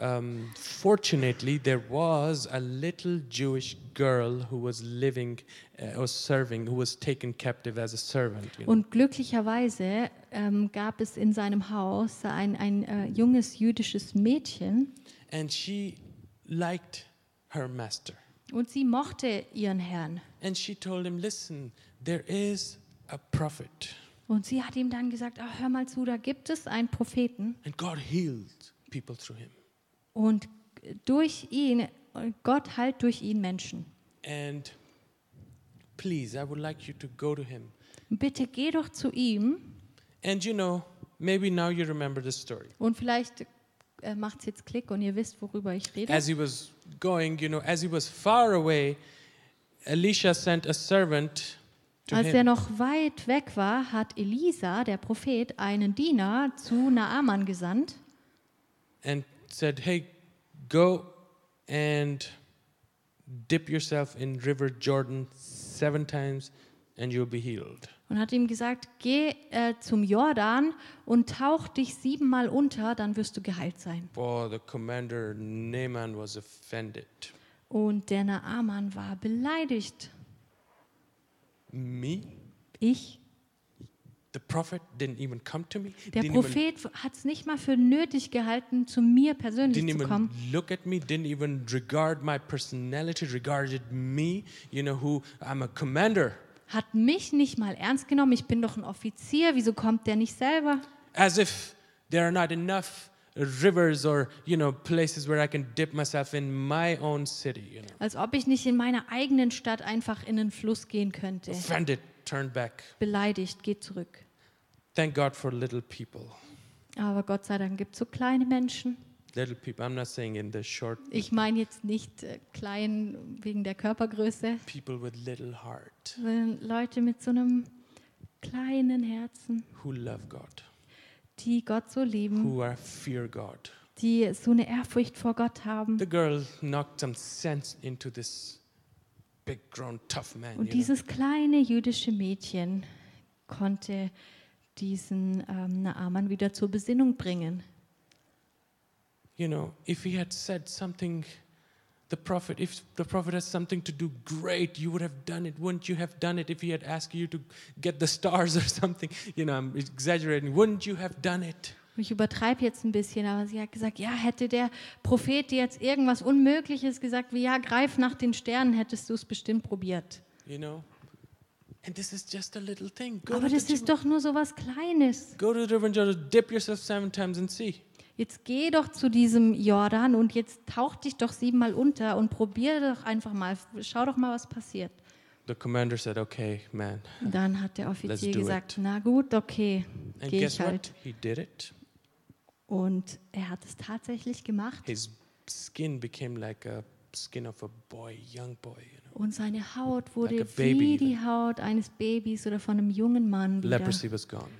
A: um, fortunately, there was a little Jewish girl who was living uh, or serving, who was taken captive as a servant. You know.
B: Und glücklicherweise ähm, gab es in seinem Haus ein, ein äh, junges jüdisches Mädchen
A: And she liked her master.
B: und sie mochte ihren Herrn.
A: And she told him, Listen, there is a prophet,
B: Und sie hat ihm dann gesagt, "Ah, hör mal zu, da gibt es einen Propheten.
A: and God healed people through him.
B: Und durch ihn, Gott heilt durch ihn Menschen.
A: And please, I would like you to go to him.
B: Bitte geh doch zu ihm
A: And you know, maybe now you remember the story.
B: und vielleicht äh, macht es jetzt Klick und ihr wisst, worüber ich rede.
A: As he was going, you know, as he was far away, Elisha sent a servant to
B: Als er
A: him.
B: noch weit weg war, hat Elisa, der Prophet, einen Diener zu Naaman gesandt
A: and said, Hey, go and dip yourself in River Jordan seven times and you'll be healed.
B: und hat ihm gesagt, geh äh, zum Jordan und tauch dich siebenmal unter, dann wirst du geheilt sein.
A: For the commander Naaman was offended.
B: Und der Naaman war beleidigt.
A: Me?
B: Ich,
A: The prophet didn't even come to me.
B: der
A: didn't even,
B: Prophet, hat es nicht mal für nötig gehalten, zu mir persönlich
A: didn't
B: zu
A: even
B: kommen.
A: look at me. Didn't even regard my personality. Regarded me. You know who? I'm a commander.
B: Hat mich nicht mal ernst genommen. Ich bin doch ein Offizier. Wieso kommt der nicht selber?
A: As if there are not enough rivers or you know places where I can dip myself in my own city. You know.
B: Als ob ich nicht in meiner eigenen Stadt einfach in den Fluss gehen könnte.
A: Offended, turned back.
B: Beleidigt, geht zurück.
A: Thank God for little people.
B: Aber Gott sei Dank gibt es so kleine Menschen.
A: Little people. I'm not saying in the short.
B: Ich meine jetzt nicht äh, klein wegen der Körpergröße,
A: People with little heart
B: sondern Leute mit so einem kleinen Herzen,
A: who love God,
B: die Gott so lieben,
A: who are fear God.
B: die so eine Ehrfurcht vor Gott haben.
A: The girl knocked some sense into this big grown tough man. You
B: Und
A: know?
B: dieses kleine jüdische Mädchen konnte diesen ähm, Naaman wieder zur Besinnung bringen.
A: you know, if he had said something, the prophet, if the prophet has something to do great, you would have done it. Wouldn't you have done it if he had asked you to get the stars or something? You know, I'm exaggerating. Wouldn't you have done it?
B: Und Ich übertreibe jetzt ein bisschen, aber sie hat gesagt, ja, hätte der Prophet dir jetzt irgendwas Unmögliches gesagt, wie ja, greif nach den Sternen, hättest du es bestimmt probiert.
A: You know? And this is just a little thing. Go,
B: Aber
A: to,
B: das
A: the,
B: ist doch nur so was Kleines.
A: go to the river and just dip yourself seven times and see.
B: Jetzt geh doch zu diesem Jordan und jetzt tauch dich doch siebenmal unter und probier doch einfach mal, schau doch mal, was passiert.
A: The commander said, okay, man.
B: Und Dann hat der
A: Let's
B: Offizier
A: do
B: gesagt, na gut, okay,
A: And
B: geh
A: guess
B: ich halt.
A: what? He did it.
B: Und er hat es tatsächlich gemacht
A: His skin became like a skin of a boy, young boy. You know?
B: und seine Haut wurde
A: Like a baby
B: wie
A: even.
B: die Haut eines Babys oder von einem jungen Mann wieder.
A: Leprosy was gone.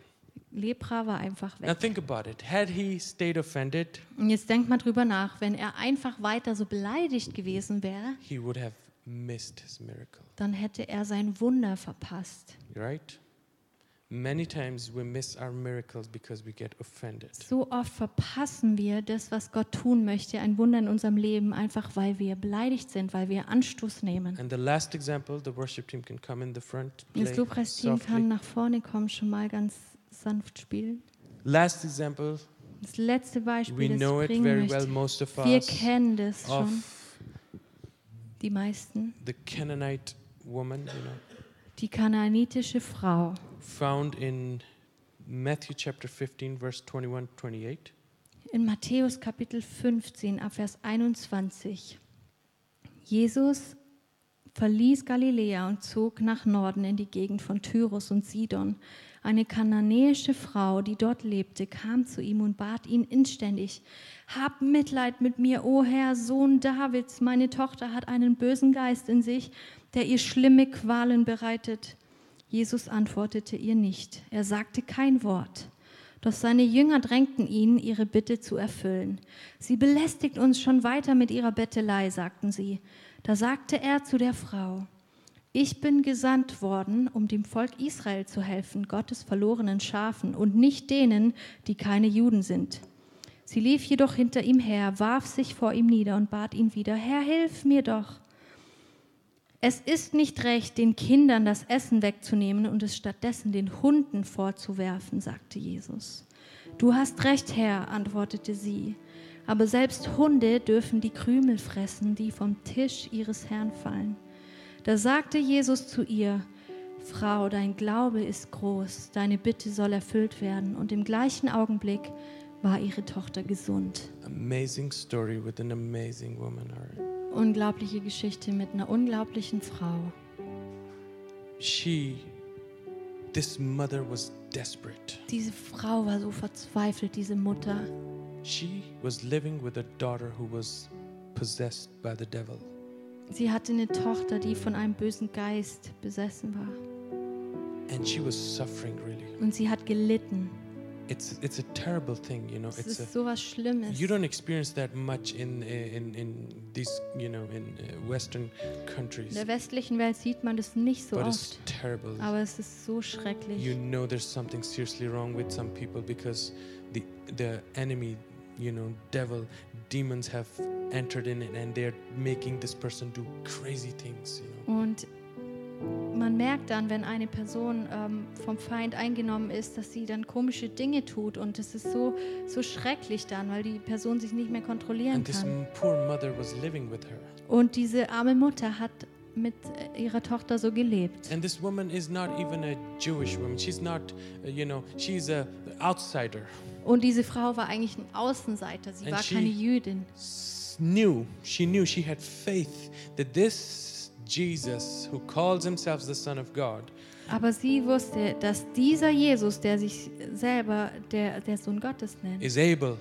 B: Lepra war einfach
A: Now
B: weg.
A: think about it. Had he stayed offended,
B: Und jetzt denkt mal drüber nach, wenn er einfach weiter so beleidigt gewesen wäre,
A: he would have missed his miracle,
B: dann hätte er sein Wunder verpasst.
A: right? Many times we miss our miracles because we get offended.
B: So oft verpassen wir das, was Gott tun möchte, ein Wunder in unserem Leben, einfach weil wir beleidigt sind, weil wir Anstoß nehmen.
A: And the last example, the worship team can come in the front.
B: Das
A: play
B: Lobpreisteam
A: softly.
B: kann nach vorne kommen, schon mal ganz sanft spielen.
A: Last example,
B: Das letzte
A: we
B: Beispiel, das
A: know
B: ich
A: it
B: bringen
A: very well,
B: möchte.
A: most of
B: Wir
A: us,
B: kennen das schon,
A: of
B: die meisten.
A: the Canaanite woman, you know,
B: Die kanaanitische Frau,
A: found in Matthew chapter 15, verse 21 28.
B: In Matthäus Kapitel 15, ab Vers 21. Jesus verließ Galiläa und zog nach Norden in die Gegend von Tyrus und Sidon. Eine kananäische Frau, die dort lebte, kam zu ihm und bat ihn inständig: Hab Mitleid mit mir, o Herr, Sohn Davids, meine Tochter hat einen bösen Geist in sich, der ihr schlimme Qualen bereitet. Jesus antwortete ihr nicht. Er sagte kein Wort. Doch seine Jünger drängten ihn, ihre Bitte zu erfüllen. Sie belästigt uns schon weiter mit ihrer Bettelei, sagten sie. Da sagte er zu der Frau, ich bin gesandt worden, um dem Volk Israel zu helfen, Gottes verlorenen Schafen und nicht denen, die keine Juden sind. Sie lief jedoch hinter ihm her, warf sich vor ihm nieder und bat ihn wieder, Herr, hilf mir doch. Es ist nicht recht, den Kindern das Essen wegzunehmen und es stattdessen den Hunden vorzuwerfen, sagte Jesus. Du hast recht, Herr, antwortete sie. Aber selbst Hunde dürfen die Krümel fressen, die vom Tisch ihres Herrn fallen. Da sagte Jesus zu ihr, Frau, dein Glaube ist groß, deine Bitte soll erfüllt werden. Und im gleichen Augenblick war ihre Tochter gesund.
A: Amazing story with an amazing woman. Alright.
B: Unglaubliche Geschichte mit einer unglaublichen Frau.
A: She, this mother was desperate.
B: Diese Frau war so verzweifelt, diese Mutter.
A: She was living with a daughter who was possessed by the devil.
B: Sie hatte eine Tochter, die von einem bösen Geist besessen war.
A: And she was suffering really.
B: Und sie hat gelitten.
A: It's it's a terrible thing, you know.
B: Es
A: It's a,
B: ist so was Schlimmes.
A: you don't experience that much in in in these you know in uh, Western
B: In
A: countries,
B: der westlichen Welt sieht man das nicht so
A: but it's
B: oft.
A: terrible.
B: Aber es ist so
A: You
B: schrecklich.
A: know there's something seriously wrong with some people because the the enemy, you know, devil, demons have entered in it and they're making this person do crazy things, you know.
B: Und man merkt dann, wenn eine Person ähm, vom Feind eingenommen ist, dass sie dann komische Dinge tut. Und es ist so, so schrecklich dann, weil die Person sich nicht mehr kontrollieren
A: And this
B: kann.
A: m- poor mother was living with her.
B: Und diese arme Mutter hat mit äh, ihrer Tochter so gelebt.
A: And this woman is not even a Jewish woman. She's not, uh, you know, she's a outsider.
B: Und diese Frau war eigentlich ein Außenseiter. Sie
A: And
B: war
A: she-
B: keine Jüdin.
A: S- Knew, she knew, she had faith that this Jesus, who calls himself the Son of God,
B: Aber sie wusste, dass dieser Jesus, der sich selber der, der Sohn Gottes nennt,
A: is able,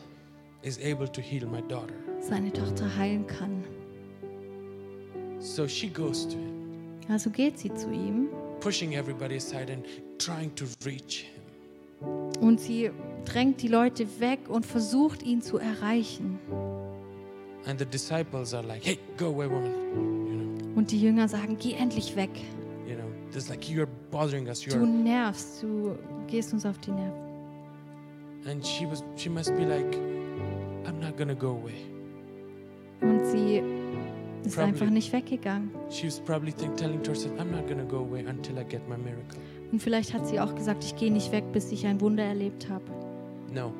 A: is able to heal my daughter.
B: seine Tochter heilen kann.
A: So she goes to him,
B: Also geht sie zu ihm
A: pushing everybody aside and trying to reach him.
B: und sie drängt die Leute weg und versucht ihn zu erreichen.
A: And the disciples are like, "Hey, go away, woman!"
B: Und die Jünger sagen, geh endlich weg.
A: You know, you know, there's like you're bothering us.
B: Du
A: You're
B: nervst, du gehst uns auf die Nerven.
A: and she was she must be like i'm not gonna go away
B: Und sie ist
A: Probably.
B: einfach nicht weggegangen.
A: she was probably think, telling to herself i'm not gonna go away until i get my miracle
B: Und vielleicht hat sie auch gesagt, ich gehe nicht weg, bis ich ein Wunder erlebt habe.
A: no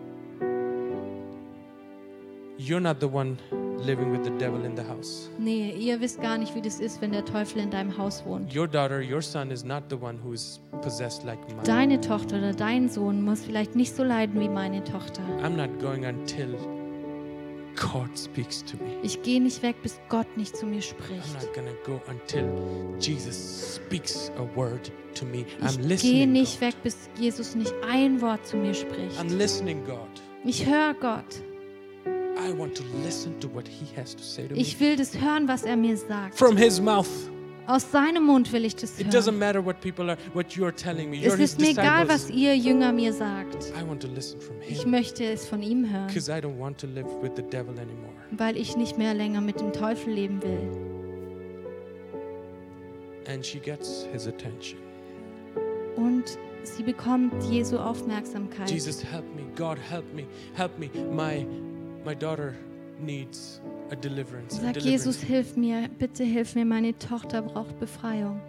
A: you're not the one living with the devil in the house
B: Nee, ihr wisst gar nicht, wie das ist, wenn der Teufel in deinem Haus wohnt.
A: your daughter your son is not the one who is possessed like mine
B: Deine Tochter oder dein Sohn muss vielleicht nicht so leiden wie meine Tochter.
A: i'm not going until god speaks to me
B: Ich gehe nicht weg, bis Gott nicht zu mir
A: i'm
B: spricht.
A: not gonna go until jesus speaks a word to me i'm
B: Ich gehe
A: listening
B: nicht
A: god.
B: weg, bis Jesus nicht ein Wort zu mir
A: i'm
B: spricht.
A: listening god
B: Ich höre Gott.
A: i want to listen to what he has to say to me
B: Ich will das hören, was er mir sagt.
A: from his mouth.
B: Aus seinem Mund will ich das
A: It doesn't
B: hören.
A: matter what people are, what you are telling me. You're
B: Es
A: his
B: ist mir egal, was
A: disciples.
B: ihr Jünger mir sagt.
A: I want to listen from
B: Ich
A: him
B: möchte es von ihm hören,
A: because I don't want to live with the devil anymore.
B: weil ich nicht mehr länger mit dem Teufel leben will.
A: And she gets his attention.
B: Und sie bekommt Jesu Aufmerksamkeit.
A: Jesus, help me. God, help me. Help me. My, my daughter needs a deliverance. a
B: Sag
A: deliverance.
B: Jesus, hilf mir, bitte hilf mir, meine Tochter braucht Befreiung.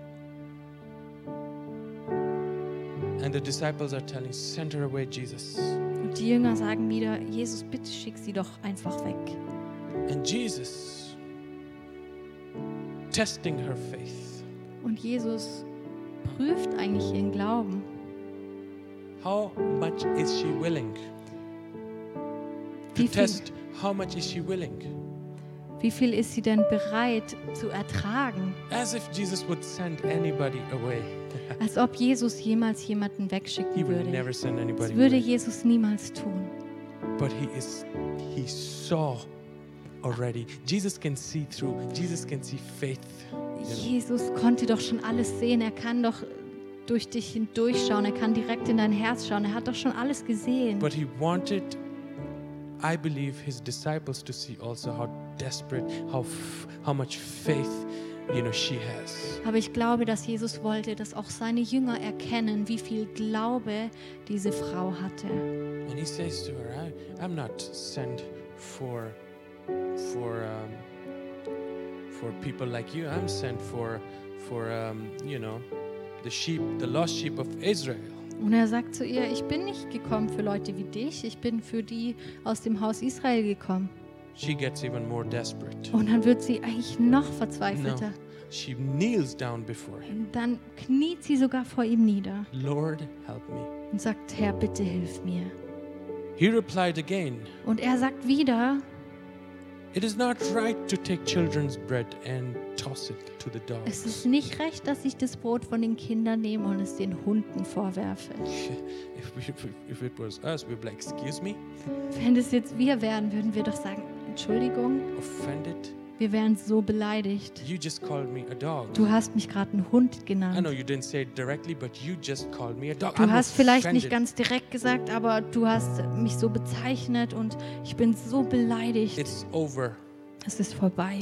A: And the disciples are telling, send her away, Jesus.
B: Und die Jünger sagen wieder, Jesus, bitte schick sie doch einfach weg.
A: And Jesus, testing her faith.
B: Und Jesus prüft eigentlich ihren Glauben.
A: How much is she willing? To
B: Wie viel,
A: test how much is she willing?
B: Wie viel ist sie denn bereit zu ertragen?
A: As if Jesus would send anybody away.
B: Als ob Jesus jemals jemanden
A: He
B: wegschicken
A: would
B: würde.
A: never send
B: Das
A: anybody
B: würde
A: away.
B: Jesus niemals tun.
A: But he is he saw already. Jesus can see through. Jesus can see faith.
B: Jesus konnte doch schon alles sehen. Er kann doch durch dich hindurchschauen. Er kann direkt in dein Herz schauen. Er hat doch schon alles gesehen.
A: But he wanted, I believe, his disciples to see also how desperate, how f- how much faith, you know, she has.
B: Aber ich glaube, dass Jesus wollte, dass auch seine Jünger erkennen, wie viel Glaube diese Frau hatte.
A: And he says to her, I, "I'm not sent for for um, for people like you. I'm sent for for um, you know, the sheep, the lost sheep of Israel."
B: Und er sagt zu ihr, ich bin nicht gekommen für Leute wie dich, ich bin für die aus dem Haus Israel gekommen.
A: She gets even more desperate.
B: Und dann wird sie eigentlich noch
A: No,
B: verzweifelter.
A: she kneels down before him.
B: Und dann kniet sie sogar vor ihm nieder
A: Lord, help me.
B: und sagt, Herr, bitte hilf mir.
A: He replied again,
B: Und er sagt wieder,
A: It is not right to take children's bread and toss it to the
B: Es
A: dogs.
B: ist nicht recht, dass ich das Brot von den Kindern nehme und es den Hunden vorwerfe.
A: If, we, if, if it was us, we'd be like, Excuse me?
B: Wenn das jetzt wir wären, würden wir doch sagen, Entschuldigung,
A: Offended?
B: wir wären so beleidigt.
A: You just called me a dog.
B: Du hast mich gerade einen Hund
A: I know
B: genannt.
A: you didn't say it directly, but you just called me a dog.
B: Du
A: I'm
B: hast vielleicht nicht
A: offended."
B: ganz direkt gesagt, aber du hast mich so bezeichnet und ich bin so beleidigt.
A: It's over.
B: Es ist vorbei.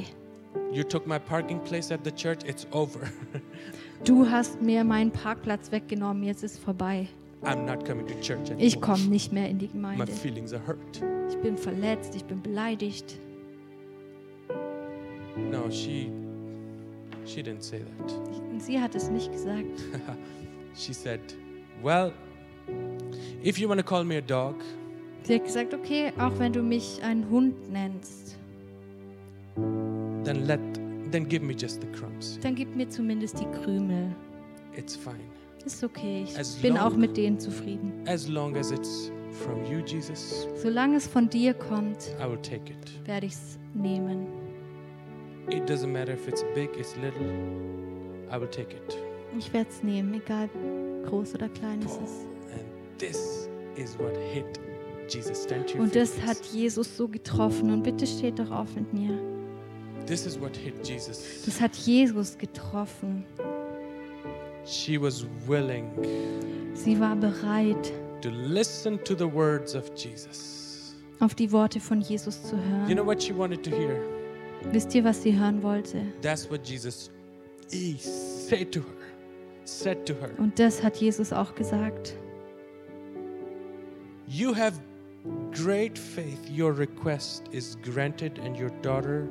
A: You took my parking place at the church. It's over.
B: Du hast mir meinen Parkplatz weggenommen, jetzt ist vorbei.
A: I'm not coming to church anymore.
B: Ich komme nicht mehr in die
A: My
B: Gemeinde.
A: feelings are hurt.
B: Ich bin verletzt, ich bin beleidigt.
A: No, she she didn't say that.
B: Und sie hat es nicht gesagt.
A: She said, "Well, if you want to call me a dog,
B: Sie hat gesagt, okay, auch wenn du mich einen Hund nennst,
A: then let then give me just the crumbs.
B: dann gib mir zumindest die Krümel.
A: It's fine.
B: Ist okay, ich
A: As
B: bin
A: long-
B: auch mit denen zufrieden.
A: As long as it's from you, Jesus,
B: Solange es von dir kommt,
A: I will take it.
B: werde ich es nehmen.
A: It doesn't matter if it's big, it's little. I will take it."
B: Ich werde es nehmen, egal wie groß oder klein es ist.
A: And this is what hit Jesus. Stand to your
B: Und das
A: feet,
B: hat
A: please.
B: Jesus so getroffen. Und bitte steht doch auf mit mir.
A: This is what hit Jesus.
B: Das hat Jesus getroffen.
A: She was willing
B: Sie war bereit,
A: to listen to the words of Jesus.
B: auf die Worte von Jesus zu
A: You
B: hören.
A: know what she wanted to hear?
B: Wisst ihr, was sie hören wollte?
A: That's what Jesus he said to her. Said to her,
B: Und das hat Jesus auch gesagt.
A: You have great faith. Your request is granted, and your daughter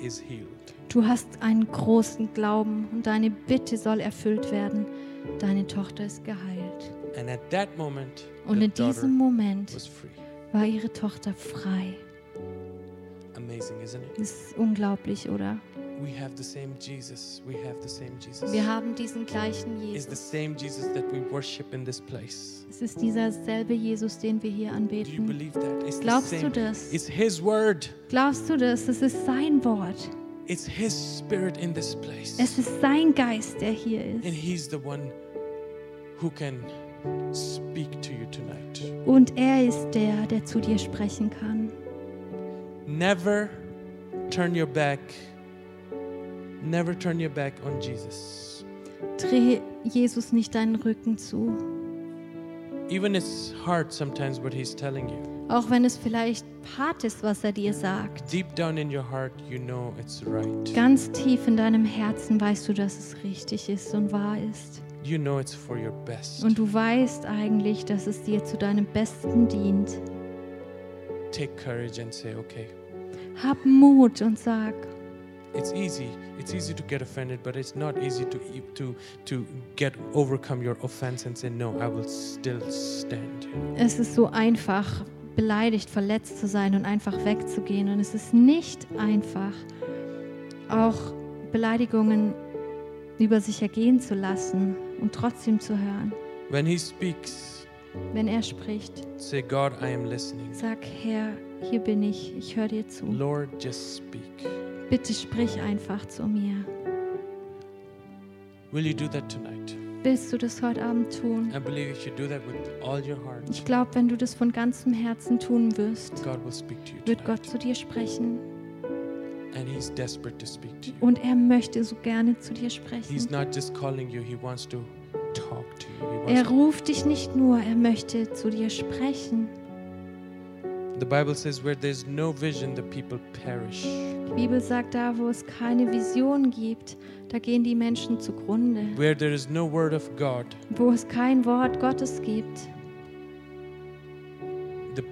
A: is healed.
B: Du hast einen großen Glauben und deine Bitte soll erfüllt werden. Deine Tochter ist geheilt.
A: And at that moment,
B: Und
A: the
B: in
A: daughter
B: diesem Moment
A: was free.
B: war ihre Tochter frei.
A: Amazing, isn't it?
B: Das ist unglaublich, oder?
A: We have the same Jesus. We have the same Jesus.
B: Wir haben diesen gleichen
A: It's the
B: Jesus.
A: same Jesus that we worship in this place.
B: Es ist dieser selbe Jesus, den wir hier
A: Do you
B: anbeten.
A: believe that? It's the
B: Glaubst du
A: same.
B: das?
A: It's His word.
B: Glaubst du das? Es ist sein Wort.
A: It's His spirit in this place.
B: Es ist sein Geist, der hier
A: And
B: ist.
A: He's the one who can speak to you tonight.
B: Und er ist der, der zu dir sprechen kann.
A: Never turn your back. Never turn your back on Jesus.
B: Dreh Jesus nicht deinen Rücken zu.
A: Even it's hard sometimes what He's telling you.
B: Auch wenn es vielleicht hart ist, was er dir sagt.
A: Deep down in your heart, you know it's right.
B: Ganz tief in deinem Herzen weißt du, dass es richtig ist und wahr ist.
A: You know it's for your best.
B: Und du weißt eigentlich, dass es dir zu deinem Besten dient.
A: Take courage and say, okay.
B: Hab Mut und sag,
A: It's easy. It's easy to get offended, but it's not easy to e, to to get overcome your offense and say, no, I will still stand.
B: es ist so einfach, beleidigt, verletzt zu sein und einfach wegzugehen. Und es ist nicht einfach, auch Beleidigungen über sich ergehen zu lassen und trotzdem zu hören.
A: When He speaks,
B: Wenn er spricht,
A: say, God, I am listening.
B: sag, Herr, Hier bin ich, ich höre dir zu.
A: Lord, just speak.
B: Bitte sprich einfach zu mir.
A: Will you do that tonight?
B: Willst du das heute Abend tun?
A: I believe if you do that with all your heart,
B: Ich glaube, wenn du das von ganzem Herzen tun wirst,
A: God will speak to you
B: wird Gott
A: tonight.
B: zu dir sprechen.
A: And He's desperate to speak to you.
B: Und er möchte so gerne zu dir
A: He's
B: sprechen.
A: not just calling you, He wants to talk to you. He wants
B: Er ruft dich nicht nur, er möchte zu dir sprechen.
A: to- the Bible says, where there's no vision, the people perish.
B: Die Bibel sagt, da wo es keine Vision gibt, da gehen die Menschen zugrunde.
A: Where there is no word of God,
B: Wo es kein Wort Gottes gibt,
A: the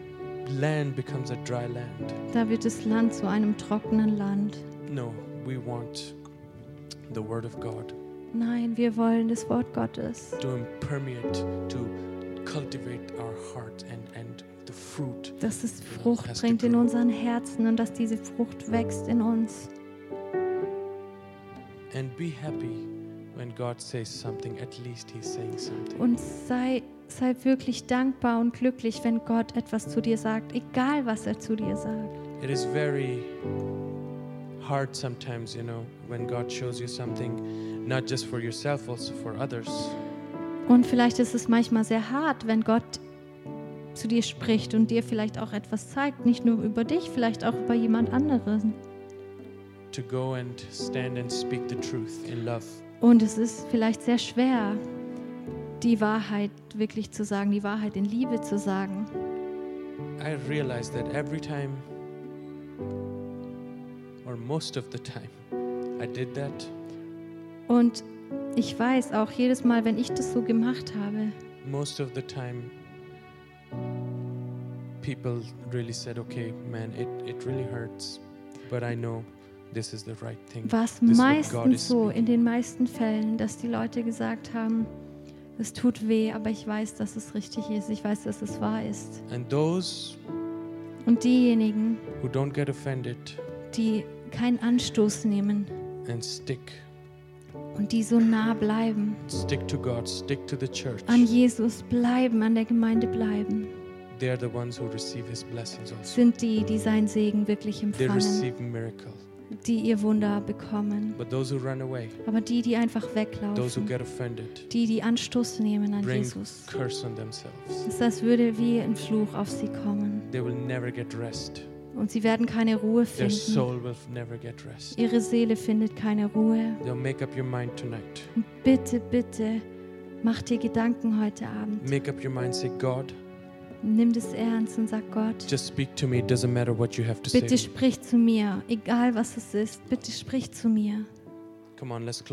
A: land becomes a dry land.
B: da wird das Land zu einem trockenen Land.
A: No, we want the word of God
B: Nein, wir wollen das Wort Gottes,
A: to permeate, to cultivate our heart and, and the fruit.
B: dass es
A: Genau,
B: Frucht
A: hast
B: bringt in
A: gegründet.
B: unseren Herzen und dass diese Frucht wächst in uns.
A: And be happy when God says something, at least He's saying something.
B: Und sei, sei wirklich dankbar und glücklich, wenn Gott etwas zu dir sagt, egal was er zu dir sagt.
A: It is very hard sometimes, you know, when God shows you something, not just for yourself, also for others.
B: Und vielleicht ist es manchmal sehr hart, wenn Gott zu dir spricht und dir vielleicht auch etwas zeigt, nicht nur über dich, vielleicht auch über jemand anderen.
A: To go and stand and speak the truth in love.
B: Und es ist vielleicht sehr schwer, die Wahrheit wirklich zu sagen, die Wahrheit in Liebe zu sagen.
A: I realize that every time, or most of the time, I did that,
B: Und ich weiß auch jedes Mal, wenn ich das so gemacht habe,
A: most of the time, people really said, okay, man, it, it really hurts, but I know this is the right thing.
B: war es
A: This is what God
B: meistens
A: is
B: so,
A: speaking.
B: in den meisten Fällen, dass die Leute gesagt haben, es tut weh, aber ich weiß, dass es richtig ist, ich weiß, dass es wahr ist.
A: And those
B: Und diejenigen,
A: who don't get offended
B: die keinen Anstoß nehmen
A: and stick
B: und die so nah bleiben,
A: stick to god stick to the church
B: an Jesus bleiben, an der Gemeinde bleiben,
A: they are the ones who receive his blessings also
B: sind die, die seinen Segen wirklich
A: they
B: empfangen,
A: receive miracle
B: die ihr Wunder bekommen.
A: but those who run away
B: Aber die, die einfach
A: those who
B: weglaufen,
A: get offended
B: die, die Anstoß nehmen an
A: bring
B: Jesus,
A: curse on themselves
B: ist, als würde wie ein Fluch auf sie kommen.
A: they will never get rest
B: Und sie werden keine Ruhe
A: their
B: finden.
A: soul will never get rest
B: Ihre Seele findet keine Ruhe.
A: now make up your mind tonight
B: Und bitte, bitte, mach dir Gedanken heute Abend.
A: make up your mind say god
B: Nimm das ernst und sag Gott,
A: just speak to me it doesn't matter what you have to
B: Bitte
A: say
B: sprich zu mir, egal was es ist, bitte sprich zu mir.
A: come on let's close